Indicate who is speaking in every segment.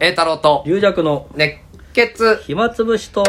Speaker 1: 栄太郎と
Speaker 2: 龍弱の
Speaker 1: 熱血
Speaker 2: 暇つぶしと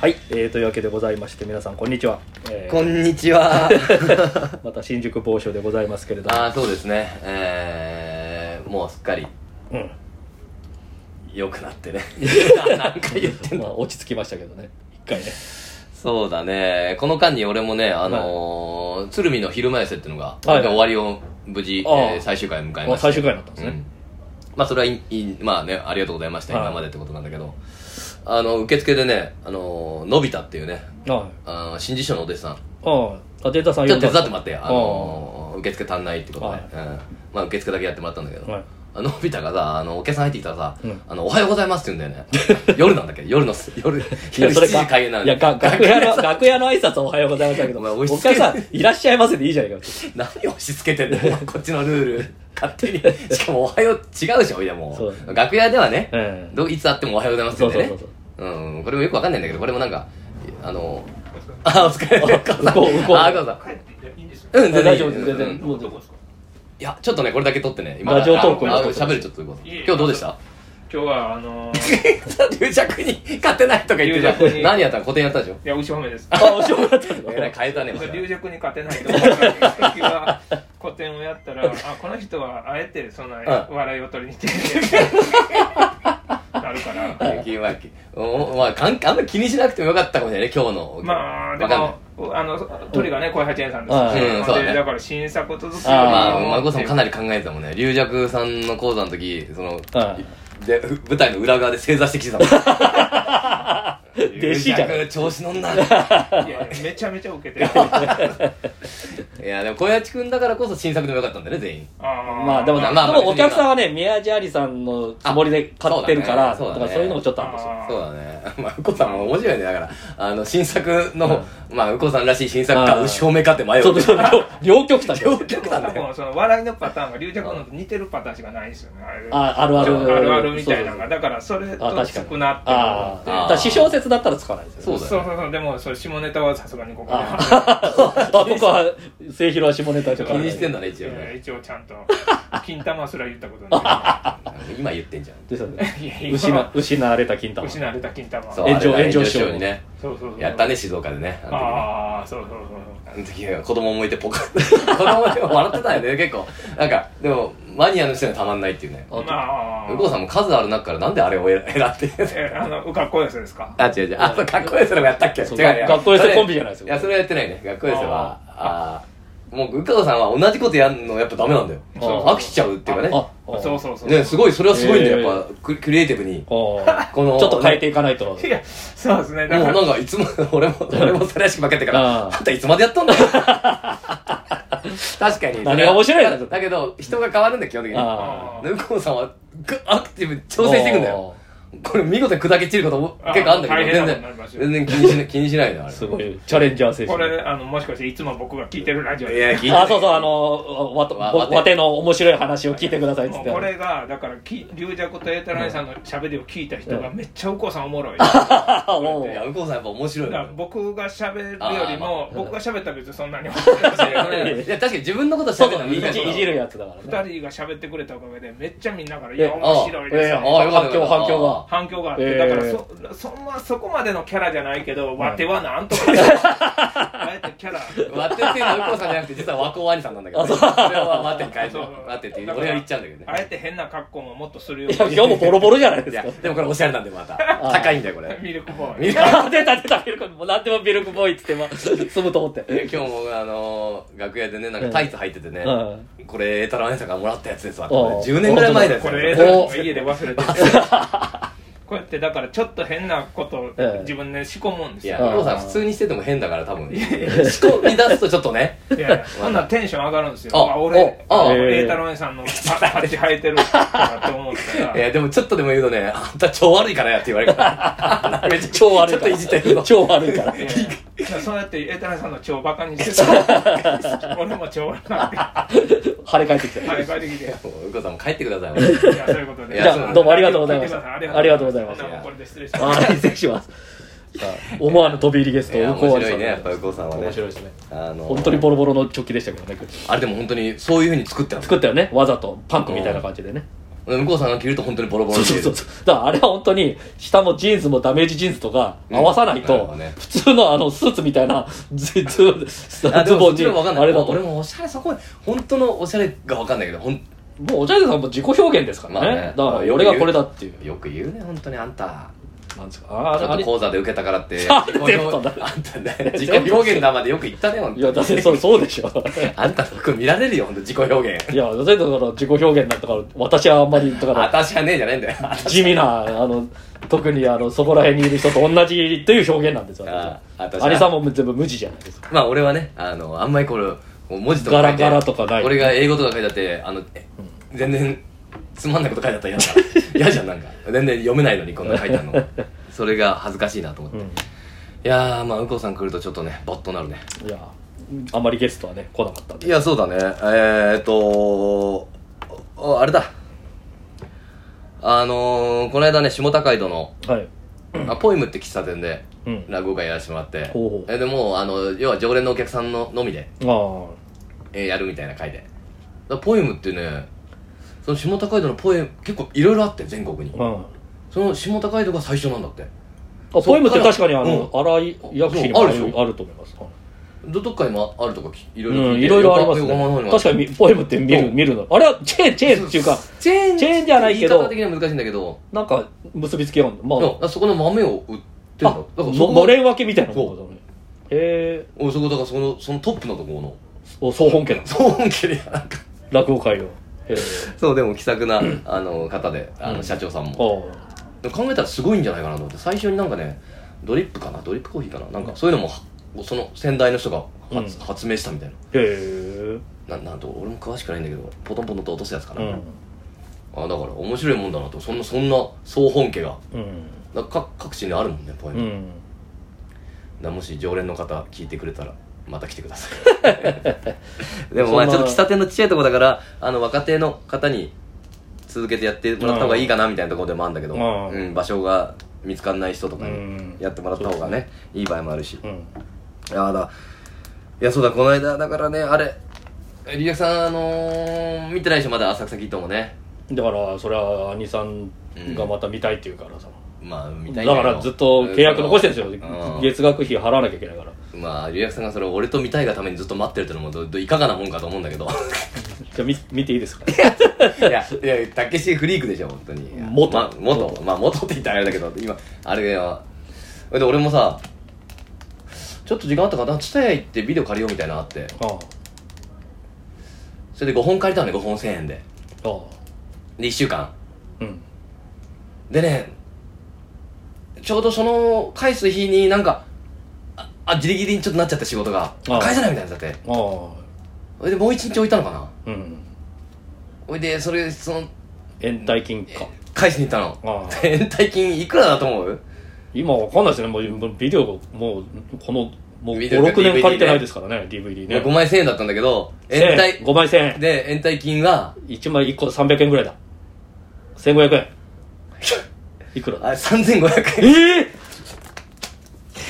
Speaker 2: はい、えー、というわけでございまして皆さんこんにちは、えー
Speaker 1: こんにちは
Speaker 2: また新宿某所でございますけれど も
Speaker 1: ああそうですねえー、もうすっかり
Speaker 2: うん
Speaker 1: 良くなって ねなんか 言ってん
Speaker 2: ま
Speaker 1: の
Speaker 2: あ、落ち着きましたけどね一回ね
Speaker 1: そうだねこの間に俺もねあのー鶴見の昼前説っていうのが、
Speaker 2: はい
Speaker 1: 終わりを無事、
Speaker 2: あー
Speaker 1: えー最終回を迎え
Speaker 2: ま
Speaker 1: ま
Speaker 2: あ、
Speaker 1: した
Speaker 2: 最終回だったんです
Speaker 1: う
Speaker 2: ね
Speaker 1: ん、まあそれはいいいまあねありがとうございました、
Speaker 2: はい
Speaker 1: 今までってことなんだけどあの受付でねあののび太っていうね
Speaker 2: あ
Speaker 1: あー新人賞のお弟子さん
Speaker 2: ああああデータさん
Speaker 1: ちょ
Speaker 2: 呼
Speaker 1: っ
Speaker 2: ん
Speaker 1: と手
Speaker 2: だ
Speaker 1: 伝ってもらってよあのー受付足んないってことで、
Speaker 2: はい
Speaker 1: うんまあ受付だけやってもらったんだけど、
Speaker 2: はい
Speaker 1: あののび太がさあのお客さん入ってきたらさ、
Speaker 2: うん
Speaker 1: あの「おはようございます」って言うんだよね 夜なんだっけ夜の夜
Speaker 2: いや
Speaker 1: 夜
Speaker 2: そ
Speaker 1: 7
Speaker 2: れ
Speaker 1: 時
Speaker 2: か
Speaker 1: 開演なの
Speaker 2: いやが楽屋の楽屋の挨拶おはようございますだけど
Speaker 1: お前
Speaker 2: お
Speaker 1: 押し付
Speaker 2: 客
Speaker 1: け
Speaker 2: さんいらっしゃいませでいいじゃ ないか
Speaker 1: 何を押し付けてんだよお前こっちの ルール勝手 にしかも「おはよう」違うでしょいやも
Speaker 2: そうだ
Speaker 1: う楽屋ではね、
Speaker 2: うん
Speaker 1: どういつ会っても「おはようございます」って言ってね
Speaker 2: そうそう
Speaker 1: うんこれもよくわかんないんだけどこれもなんかあの あお疲れ
Speaker 2: あ向こう向こう
Speaker 1: あ向こうさんうん全然
Speaker 2: 大
Speaker 1: いい
Speaker 2: 丈夫です全
Speaker 1: うん
Speaker 2: 然もう
Speaker 1: いやちょっとねこれだけ撮ってね今
Speaker 2: ラジオトークに
Speaker 1: ああ喋るちょっとこう
Speaker 3: いえいえ
Speaker 1: 今日どうで した
Speaker 3: 今日はあ の
Speaker 1: 流弱に勝てないとか言って
Speaker 3: 流
Speaker 1: た
Speaker 3: 弱に
Speaker 1: 何やったの古典やったでしょ
Speaker 3: いや牛褒めです
Speaker 2: あ、おしまったん
Speaker 1: えらい変えたね
Speaker 3: 僕流弱に勝てないと思ったから時は古典をやったらあこの人はあえてそんな笑いを取りに来て るなるから
Speaker 1: 雪まきおまあかんあんま気にしなくてもよかったかもしれないね今日の
Speaker 3: まあで
Speaker 1: わかんない
Speaker 3: もあの鳥がね小八円さんで
Speaker 2: うん
Speaker 3: す
Speaker 1: そうだね
Speaker 3: し、でだから新作続き
Speaker 2: あー
Speaker 1: まあ、孫さんもかな
Speaker 3: な
Speaker 1: り考えてたもんね。龍尺さんの講座の時、その、
Speaker 2: う
Speaker 1: で、ふ舞台の裏側で正座してきてたも ん。
Speaker 2: 弟子じゃん
Speaker 1: 龍尺調子乗んな。い
Speaker 3: りめちゃめちゃウケてる
Speaker 1: や、でも小八くんだからこそ新作でもよかったんだよね、全員。
Speaker 2: まあでも
Speaker 1: まあ
Speaker 2: ね、
Speaker 1: まあ
Speaker 2: でもお客さんはね、宮地ありさんのつもりで買ってるから、
Speaker 1: あ
Speaker 2: だ
Speaker 1: そうだねそうだね
Speaker 2: からそういうのもちょっとあるんですよ。
Speaker 1: そうだね。 まあ、うこさんも面白いね。だから、あの、新作の、まあ、うこさんらしい新作か、
Speaker 2: うん
Speaker 1: 後ろめかって迷
Speaker 2: ちょっと
Speaker 1: う。
Speaker 2: ちょっと両極端
Speaker 1: 両
Speaker 2: で。
Speaker 1: 極
Speaker 3: 多
Speaker 1: 端だよ。
Speaker 3: 分その笑いのパターンが龍尺のと似てるパターンしかないですよねあれ
Speaker 2: あ、あるある。
Speaker 3: あるあるみたいなのが
Speaker 2: そう
Speaker 3: だからそれ
Speaker 2: そうそうあ、
Speaker 3: と
Speaker 2: 確か
Speaker 3: 少
Speaker 2: に。
Speaker 3: なって思
Speaker 2: あ
Speaker 3: って
Speaker 2: あ。だから、私小説だったら使わないですよね。
Speaker 1: そうだ
Speaker 3: そう
Speaker 1: よね。
Speaker 3: そうそう、でも、それ下ネタはさすがにここで。
Speaker 2: ああ、ここは、末広は下ネタと
Speaker 1: 気
Speaker 2: か。
Speaker 1: にしてんだね、一応
Speaker 3: えー
Speaker 1: ね。
Speaker 3: 一応ち ゃんと、金玉すら言ったことな
Speaker 1: 今言ってんじゃん。
Speaker 2: ですよね。
Speaker 3: い。いやいや
Speaker 2: 失、失われた金玉。
Speaker 3: 失われた金玉。
Speaker 1: そう、
Speaker 2: 炎上
Speaker 1: あれだ
Speaker 2: 炎上しよう
Speaker 1: にね。
Speaker 3: そうそうそう
Speaker 1: やったね、。静岡でね。あの時ね
Speaker 3: ああ、そうそうそう
Speaker 1: あの時子供向いてポカッ 子供でも笑ってたよね結構なんかでもマニアの人にはたまんないっていうね
Speaker 3: そう。
Speaker 2: あ
Speaker 3: まあ、
Speaker 1: 右近さんも数ある中からなん であれを選選んで
Speaker 3: えーあの、うかっこよさですか。
Speaker 1: あ違う違うあそう学校寄せでもやったっけ違う
Speaker 2: そう
Speaker 1: いや
Speaker 2: 学校寄せ
Speaker 1: それ
Speaker 2: コンビじゃないですよ
Speaker 1: いやそれはやってないね学校寄せはああーもう右近さんは同じことやるのやっぱダメなんだよ
Speaker 2: そうそう
Speaker 1: 飽きちゃうっていうかね
Speaker 2: あ
Speaker 3: そうそうそうそう。
Speaker 1: ねすごいそれはすごいんだよ
Speaker 2: へー
Speaker 1: やっぱククリエイティブに
Speaker 2: ああ
Speaker 1: この
Speaker 2: ちょっと変えていかない と
Speaker 3: い。や、そうですね。
Speaker 1: も
Speaker 3: だ
Speaker 1: う
Speaker 3: か
Speaker 1: な
Speaker 3: ら、
Speaker 1: んかいつも 俺も俺もそれらしく負けてから
Speaker 2: あ
Speaker 1: あ
Speaker 2: ー
Speaker 1: んたいつまでやったんだ確かに
Speaker 2: 何が面白いの
Speaker 1: だだけど人が変わるんだよ基本的に
Speaker 2: あ
Speaker 1: で右近さんはぐアクティブに調整していくんだよこれ見事に砕け散ることも結構あるんだけど
Speaker 3: あー大変
Speaker 1: 全
Speaker 3: なことになり
Speaker 1: 然
Speaker 3: ますよ
Speaker 1: 全然気にしない気にしないのあ
Speaker 2: あ
Speaker 1: れ
Speaker 2: すごい、チャレンジャー精神。
Speaker 3: これ、あの、もしかして、いつも僕が聞いてるラジオ
Speaker 1: いや
Speaker 3: で。
Speaker 1: 気にしない
Speaker 2: あ、そうそう、あの、わと
Speaker 1: わ
Speaker 2: ぼ
Speaker 1: わて
Speaker 2: わての面白い話を聞いてくださいっつ
Speaker 3: も
Speaker 2: っ
Speaker 3: う
Speaker 2: て。
Speaker 3: これが、だから、き龍尺とエータライさんの喋りを聞いた人が、めっちゃ右近さんおもろ い。
Speaker 2: あもう
Speaker 1: いや右近さんやっぱ面白い
Speaker 3: だから
Speaker 1: の
Speaker 3: 僕が喋るより
Speaker 1: あ
Speaker 3: も
Speaker 1: ー
Speaker 3: 僕が喋ったら別にそんなに
Speaker 1: い や確かに自分のことし
Speaker 2: そ
Speaker 1: ゃ
Speaker 2: う
Speaker 1: べる
Speaker 2: そ
Speaker 1: のはい
Speaker 2: う、
Speaker 1: いかも
Speaker 2: じいじるやつだからね。
Speaker 3: 二人が喋ってくれたおかげでめっちゃみんなから「い
Speaker 2: え
Speaker 3: や面白いです
Speaker 2: え
Speaker 3: ね
Speaker 2: えあ反響反響が
Speaker 3: 反響があって、
Speaker 2: ええ
Speaker 3: だからそそんなそこまでのキャラじゃないけど、わてはなん とかあえてキャラ
Speaker 1: ワテっていうのは右近さんじゃなくて実は和光兄さんなんだけどねそれはワテに変えてワテっていう俺は言っちゃうんだけどね
Speaker 3: あえて変な格好ももっとするよ
Speaker 2: いや、
Speaker 3: うに
Speaker 2: 今日もボロボロじゃないで
Speaker 1: い
Speaker 2: す
Speaker 1: や
Speaker 2: か。
Speaker 1: でもこれおしゃれなんでまた高いんだよこれ
Speaker 3: ミルクボーイ
Speaker 1: みんな
Speaker 2: あ、出た出た、ミルク、もう何でもミルクボーイっつって、ま、済むと思って。
Speaker 1: 今日もあのー楽屋でねなんかタイツ履いててね
Speaker 2: うん
Speaker 1: これ栄太郎姉さんからもらったやつですわって
Speaker 2: おう
Speaker 1: 10年ぐらい前だよ
Speaker 3: これ
Speaker 2: おう
Speaker 3: も家で忘 れててこうやってだからちょっと変なことを
Speaker 2: ええ
Speaker 3: 自分で仕込むんで
Speaker 1: い
Speaker 3: す
Speaker 1: や、
Speaker 3: よ
Speaker 2: うん
Speaker 1: お父さん普通にしてても変だから多分。仕込み出すとちょっとね。
Speaker 3: い やいやそんなテンション上がるんですよ。
Speaker 1: あ
Speaker 3: あ、俺、
Speaker 1: おあ
Speaker 3: あ、
Speaker 2: えー
Speaker 3: 栄太郎さんのパパッチ履いてるとかって思っ た
Speaker 1: い
Speaker 3: ら、
Speaker 1: や、でもちょっとでも言うとね、あんた超悪いからやって言われる から。めっちゃ
Speaker 2: 超悪い
Speaker 1: ちょっと
Speaker 2: から。
Speaker 1: いじってるの。
Speaker 2: 超悪いから。
Speaker 3: いやいやそうやって栄太郎さんの超バカにしてた。俺も超バ カ
Speaker 2: 跳ね返ってき
Speaker 3: に。は
Speaker 2: て。
Speaker 3: い、帰って きて。
Speaker 1: もう、うこさんも帰ってください。
Speaker 3: いや、そういうことで。
Speaker 1: じゃあ
Speaker 2: どうもありがとうございました
Speaker 3: あ
Speaker 2: ありがとうございました
Speaker 3: どもこれで失礼します。
Speaker 2: はい、失礼します。思わぬ飛び入りゲス
Speaker 1: い
Speaker 2: ト
Speaker 1: や
Speaker 2: 右近
Speaker 1: 面白
Speaker 2: 兄さ
Speaker 1: い
Speaker 2: ん
Speaker 1: ねやっぱりこうさんはね
Speaker 2: 面白いですね
Speaker 1: あの
Speaker 2: 本当にボロボロのチョッキでしたけどね
Speaker 1: あれでも本当にそういうふうに作ってある
Speaker 2: 作ったよねわざとパンクみたいな感じでね
Speaker 1: 向こうさんが着ると本当にボロボロ
Speaker 2: そう
Speaker 1: に
Speaker 2: そう
Speaker 1: 着
Speaker 2: そ
Speaker 1: る
Speaker 2: うだからあれは本当に下もジーンズもダメージジーンズとか合わさない
Speaker 1: うんなる
Speaker 2: と
Speaker 1: ほどね
Speaker 2: 普通のあのスーツみた いなズズズ
Speaker 1: あでも
Speaker 2: ボン
Speaker 1: そ
Speaker 2: ジ
Speaker 1: れ
Speaker 2: ー
Speaker 1: も分かん
Speaker 2: ン
Speaker 1: ない
Speaker 2: あれだと
Speaker 1: 俺
Speaker 2: も
Speaker 1: もおしゃれそこ本当のおしゃれが分かんないけどほん
Speaker 2: うおじゃれさんも自己表現ですから
Speaker 1: まあ
Speaker 2: ね
Speaker 1: ね
Speaker 2: だから俺がこれだっていう
Speaker 1: よく言うね本当にあんた
Speaker 2: なんですかあ
Speaker 1: ちょ
Speaker 2: ーあ
Speaker 1: っと
Speaker 2: れ
Speaker 1: 講座で受けたからって
Speaker 2: あ
Speaker 1: 自己
Speaker 2: 全部
Speaker 1: 表
Speaker 2: だ
Speaker 1: あんたね自己表現だまでよく言ったね本
Speaker 2: いや
Speaker 1: 当
Speaker 2: だっ
Speaker 1: に
Speaker 2: てそうそう でしょ
Speaker 1: あんたの服見られるよ本当自己表現
Speaker 2: いやだってだから自己表現だったから私はあんまりだから
Speaker 1: 私はねえじゃねえんだよ
Speaker 2: 地味な、あの、特にあの、そこら辺にいる人と同じっていう表現なんですよ。
Speaker 1: ああ私は
Speaker 2: アリさんも全部無地じゃないですか。
Speaker 1: まあ俺はねあのあんまりこれこう文字とか書いて
Speaker 2: ガラガラとかない
Speaker 1: 俺が英語とか書いてあってあの、え全然つまんないこと書いてあったら嫌 だ嫌じゃんなんか全然読めないのにこんな書いてあるのそれが恥ずかしいなと思って、いやーまあ右近さん来るとちょっとねボッとなるね
Speaker 2: いや、あんまりゲストはね、来なかったん
Speaker 1: い
Speaker 2: で。
Speaker 1: やそうだねえー、っとおあれだあのー、この間ね下高井戸の
Speaker 2: はい。
Speaker 1: あポイムって喫茶店で
Speaker 2: うん。
Speaker 1: 落語会やらせてもらって、
Speaker 2: ほうほう
Speaker 1: えでもうあの要は常連のお客さんののみで
Speaker 2: ああ。
Speaker 1: えーやるみたいな回でだからポエムってねその下高井戸のポエム結構いろいろあって全国に
Speaker 2: うん。
Speaker 1: その下高井戸が最初なんだって
Speaker 2: あポエムって確かにあの、荒井薬師にも
Speaker 1: そう
Speaker 2: あ
Speaker 1: ある
Speaker 2: る
Speaker 1: でしょ
Speaker 2: あると思います。
Speaker 1: どどっかにもあるとかきいろ
Speaker 2: う
Speaker 1: いろ聞
Speaker 2: ん、
Speaker 1: て
Speaker 2: いろいろあります
Speaker 1: 横浜の方に
Speaker 2: ね。
Speaker 1: もあ
Speaker 2: 確
Speaker 1: る
Speaker 2: かにポエムって見る、
Speaker 1: うん
Speaker 2: 見るの。あれはチェーン、チェーンっていうか、
Speaker 1: チェーン
Speaker 2: チェーンじゃないけど
Speaker 1: 言い方的には難しいんだけど、
Speaker 2: なんか結びつけよう
Speaker 1: うんだ
Speaker 2: ま
Speaker 1: からそこの豆を売ってんだ
Speaker 2: あ、
Speaker 1: だ
Speaker 2: あ
Speaker 1: か、ら
Speaker 2: の
Speaker 1: そこ
Speaker 2: のれん分けみたいなもんだ
Speaker 1: そ
Speaker 2: ね。へえ、
Speaker 1: 俺そこだからそのそのトップのところの
Speaker 2: お総本家だ。
Speaker 1: そう本気でなんか
Speaker 2: 落語会を。へえ。
Speaker 1: そうでも気さく なあの方であ
Speaker 2: う
Speaker 1: の
Speaker 2: ん
Speaker 1: 社長さんも、
Speaker 2: ああ。
Speaker 1: でも考えたらすごいんじゃないかなと思って最初になんかねドリップかなドリップコーヒーかななんかそういうのもはその先代の人が発,、
Speaker 2: うん
Speaker 1: 発明したみたい
Speaker 2: へ
Speaker 1: なななんと俺も詳しくないんだけどポトンポトンと落とすやつか
Speaker 2: えう
Speaker 1: な、
Speaker 2: ん
Speaker 1: あだから面白いもんだなとそんなそんな総本家が
Speaker 2: うん
Speaker 1: だから各各地にあるもんねポエ
Speaker 2: う
Speaker 1: ム、
Speaker 2: ん
Speaker 1: だもし常連の方聞いてくれたらまた来てくださ いでもまあ
Speaker 2: そん
Speaker 1: ち
Speaker 2: な
Speaker 1: ょっと喫茶店のちっちゃいとこだからあの若手の方に続けてやってもらった方がいいかなみたいなところでもあるんだけど、
Speaker 2: うん
Speaker 1: うん場所が見つかんない人とか
Speaker 2: う
Speaker 1: に
Speaker 2: ん
Speaker 1: やってもらった方がね、いい場合もあるし、
Speaker 2: う
Speaker 1: い
Speaker 2: ん
Speaker 1: やだいやそうだこの間だからねあれリアクさんあのー見てないでしょまだ浅草キットもね
Speaker 2: だからそれは兄さんがまた見たいっていうからさ、
Speaker 1: まあ見た
Speaker 2: だ
Speaker 1: いんけ
Speaker 2: か
Speaker 1: ど
Speaker 2: らずっと契約残してるんです
Speaker 1: う
Speaker 2: よ
Speaker 1: ん
Speaker 2: 月額費払わなきゃいけないから
Speaker 1: まあリアクさんがそれを俺と見たいがためにずっと待ってるってのもどどいかがなもんかと思うんだけど
Speaker 2: じゃあ見見ていいですか
Speaker 1: いや、いや、たけしフリークでしょ、本当に。
Speaker 2: 元
Speaker 1: ま、元。まあ、元って言ったらあれだけど、今、あれよ。で、俺もさ、ちょっと時間あったからな、蔦屋行ってビデオ借りようみたいなのあって。
Speaker 2: ああ
Speaker 1: それで5本借りたのね、5本1000円で。
Speaker 2: ああ
Speaker 1: で、1週間。
Speaker 2: うん
Speaker 1: でね、ちょうどその、返す日になんか、あ、あギリギリにちょっとなっちゃった仕事が、
Speaker 2: ああ
Speaker 1: 返せないみたいになっちゃって。
Speaker 2: ああ
Speaker 1: それで、もう1日置いたのかな。
Speaker 2: うん
Speaker 1: それで、それ、その、
Speaker 2: 延滞金か
Speaker 1: 返しに行ったの。
Speaker 2: ああ
Speaker 1: 延滞金いくらだと思う
Speaker 2: 今わかんないですねもうもうビデオもうこのもう
Speaker 1: ビデオか
Speaker 2: 56
Speaker 1: DVD
Speaker 2: 年借りてないですからね DVD ね
Speaker 1: 5枚1000円だったんだけど、延
Speaker 2: 千円
Speaker 1: 滞、
Speaker 2: 5枚1000円
Speaker 1: で延滞金が
Speaker 2: 1枚1個300円ぐらいだ1500円いくら
Speaker 1: あ3500円
Speaker 2: え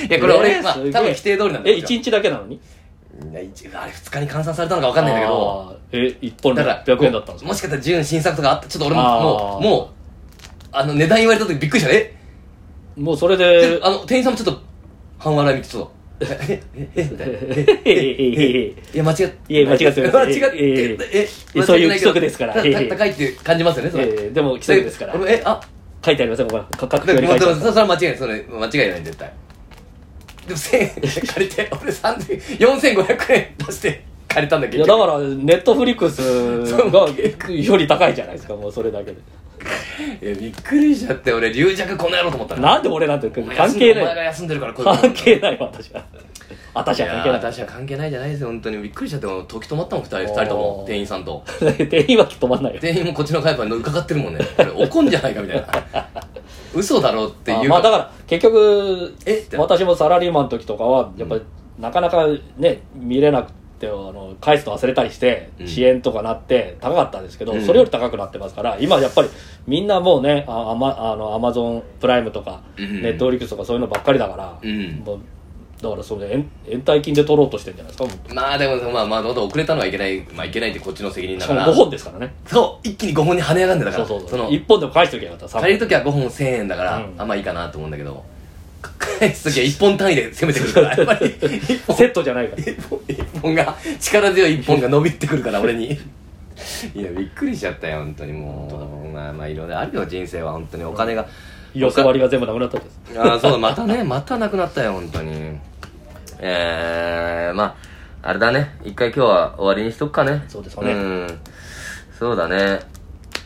Speaker 2: え
Speaker 1: いやこれ俺、
Speaker 2: えー
Speaker 1: まあ
Speaker 2: す
Speaker 1: 多
Speaker 2: げえ
Speaker 1: 分規定通りなんだ
Speaker 2: え、1日だけなのに
Speaker 1: いや一あれ2日に換算されたのか分かんないんだけど
Speaker 2: あーえ、1本
Speaker 1: だから
Speaker 2: 600円だったんです
Speaker 1: もも
Speaker 2: か
Speaker 1: しかしたら純新作とかあったちょっと俺も
Speaker 2: あー
Speaker 1: もうもうあの値段言われた時びっくりしたね
Speaker 2: もうそれ
Speaker 1: えで
Speaker 2: で、
Speaker 1: あの店員さんもちょっと半笑い見てちょっとええええみたいなえ
Speaker 2: ええええ
Speaker 1: いや間違っ
Speaker 2: いや間違ってます
Speaker 1: 間違って
Speaker 2: えええ
Speaker 1: え
Speaker 2: えそういう規則ですから
Speaker 1: た
Speaker 2: ええ
Speaker 1: 高いって感じますよねそれ、
Speaker 2: ええでも規則ですから
Speaker 1: 俺もえあ
Speaker 2: 書いてありません、ここ価
Speaker 1: だ
Speaker 2: 格
Speaker 1: か
Speaker 2: 表
Speaker 1: ら
Speaker 2: に
Speaker 1: ま
Speaker 2: 書
Speaker 1: あ
Speaker 2: い
Speaker 1: で
Speaker 2: てあ
Speaker 1: も
Speaker 2: る
Speaker 1: それは間違いないそれ間違いない絶対でも1000円で借りて俺3000 4500円出して借りたんだ
Speaker 2: い
Speaker 1: けど
Speaker 2: や、だから、ネットフリックスがより高いじゃないですか、もうそれだけで。
Speaker 1: いやびっくりしちゃって俺龍弱この野郎と思った
Speaker 2: なんで俺なんて
Speaker 1: お前
Speaker 2: 関係
Speaker 1: お前
Speaker 2: な
Speaker 1: が
Speaker 2: い。
Speaker 1: 休んでるからこういうこと
Speaker 2: 関係ないわ、私は。私は関
Speaker 1: い
Speaker 2: 係
Speaker 1: や
Speaker 2: ない。
Speaker 1: 私は関係ないじゃないですよ本当にびっくりしちゃってもう時止まったもん2人二人とも
Speaker 2: おー
Speaker 1: 店員さんと
Speaker 2: 店員は止まんないよ。
Speaker 1: 店員もこっちの会話に伺ってるもんねこれ怒んじゃないかみたいな 嘘だろって
Speaker 2: あ
Speaker 1: いう
Speaker 2: まあだから結局
Speaker 1: えって
Speaker 2: 私もサラリーマンの時とかはやっぱりなかなかね見れなくってあの返すの忘れたりして
Speaker 1: うん
Speaker 2: 遅延とかなって高かったんですけど、
Speaker 1: うん
Speaker 2: それより高くなってますから今やっぱりみんなもうねあアマあのアマゾンプライムとか
Speaker 1: うん
Speaker 2: ネットフリックスとかそういうのばっかりだから、
Speaker 1: うん
Speaker 2: もうだからそれ延延滞金で取ろうとしてるんじゃないですかも
Speaker 1: まあでもまあまあどうぞ遅れたのはいけないまあいけないってこっちの責任
Speaker 2: う
Speaker 1: だ
Speaker 2: し
Speaker 1: か
Speaker 2: からも5本ですからね
Speaker 1: そう一気に5本に跳ね上がるんだか
Speaker 2: そ
Speaker 1: ら
Speaker 2: うそうそう
Speaker 1: の
Speaker 2: 1本でも返しておきゃよかった3
Speaker 1: 借りるときは5本1000円だから、
Speaker 2: うん
Speaker 1: あんまいいかなと思うんだけどか返すときは1本単位で攻めてくるから やっぱり1本
Speaker 2: セットじ ゃないから
Speaker 1: 1本一本が力強い1本が伸びてくるから俺にいやびっくりしちゃったよ本当にもうまあまあいろいろあるよ人生は本当にお金が、
Speaker 2: 予想割が全部なくなったんです
Speaker 1: ああそうまたねまたなくなったよ本当にえー、まああれだね一回今日は終わりにしとくかね
Speaker 2: そうですかね
Speaker 1: んそうだね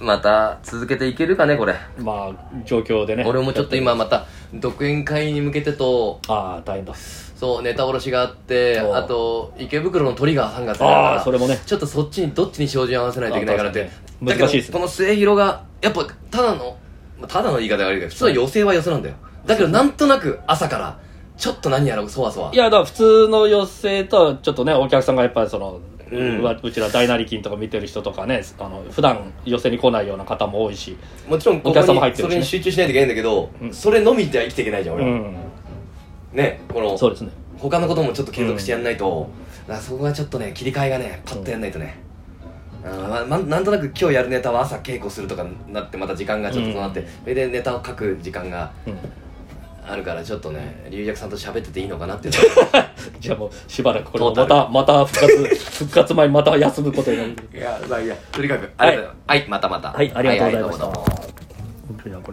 Speaker 1: また続けていけるかねこれ
Speaker 2: まあ状況でね
Speaker 1: 俺もちょっと今また独演会に向けてと
Speaker 2: ああ大変だ
Speaker 1: そうネタ卸しがあって
Speaker 2: おう
Speaker 1: あと池袋のトリガー3月だから
Speaker 2: ああそれもね
Speaker 1: ちょっとそっちにどっちに照準合わせないといけないからって
Speaker 2: あ確かに難しいです
Speaker 1: だけ
Speaker 2: ね
Speaker 1: どこの末広がやっぱただのまあただの言い方が悪いけど普通の寄せは寄せなんだよだけどなんとなく朝からちょっと何やらそわそわ
Speaker 2: いや、だから普通の寄席とはちょっとね、お客さんがやっぱりその、う
Speaker 1: うん
Speaker 2: わうちら大成金とか見てる人とかね、あの、普段寄席に来ないような方も多いし、
Speaker 1: もちろんこ
Speaker 2: お
Speaker 1: こ
Speaker 2: 客さんも入っ
Speaker 1: に
Speaker 2: て
Speaker 1: そ
Speaker 2: るしね
Speaker 1: れに集中しないといけないんだけど、それのみじゃ生きていけないじゃん
Speaker 2: う
Speaker 1: 俺は、
Speaker 2: ん。
Speaker 1: ねこの
Speaker 2: そうですね。
Speaker 1: 他のこともちょっと継続してやんないと、だからそこはちょっとね切り替えがねパッとやんないとね、あーま、なんとなく今日やるネタは朝稽古するとかなってまた時間がちょっとそうなって、
Speaker 2: うん
Speaker 1: それでネタを書く時間が
Speaker 2: うん。
Speaker 1: あるからちょっとね龍尺さんと喋ってていいのかなって いう
Speaker 2: じゃあもうしばらくこれを
Speaker 1: トー
Speaker 2: ま
Speaker 1: タ
Speaker 2: た、また復活、復活前にまた休むことになる。
Speaker 1: いやまあいいやとにかくありがとうございますはい、またまた
Speaker 2: はい、ありがとうございました。
Speaker 1: はどうもどうも
Speaker 2: 本当になこれ。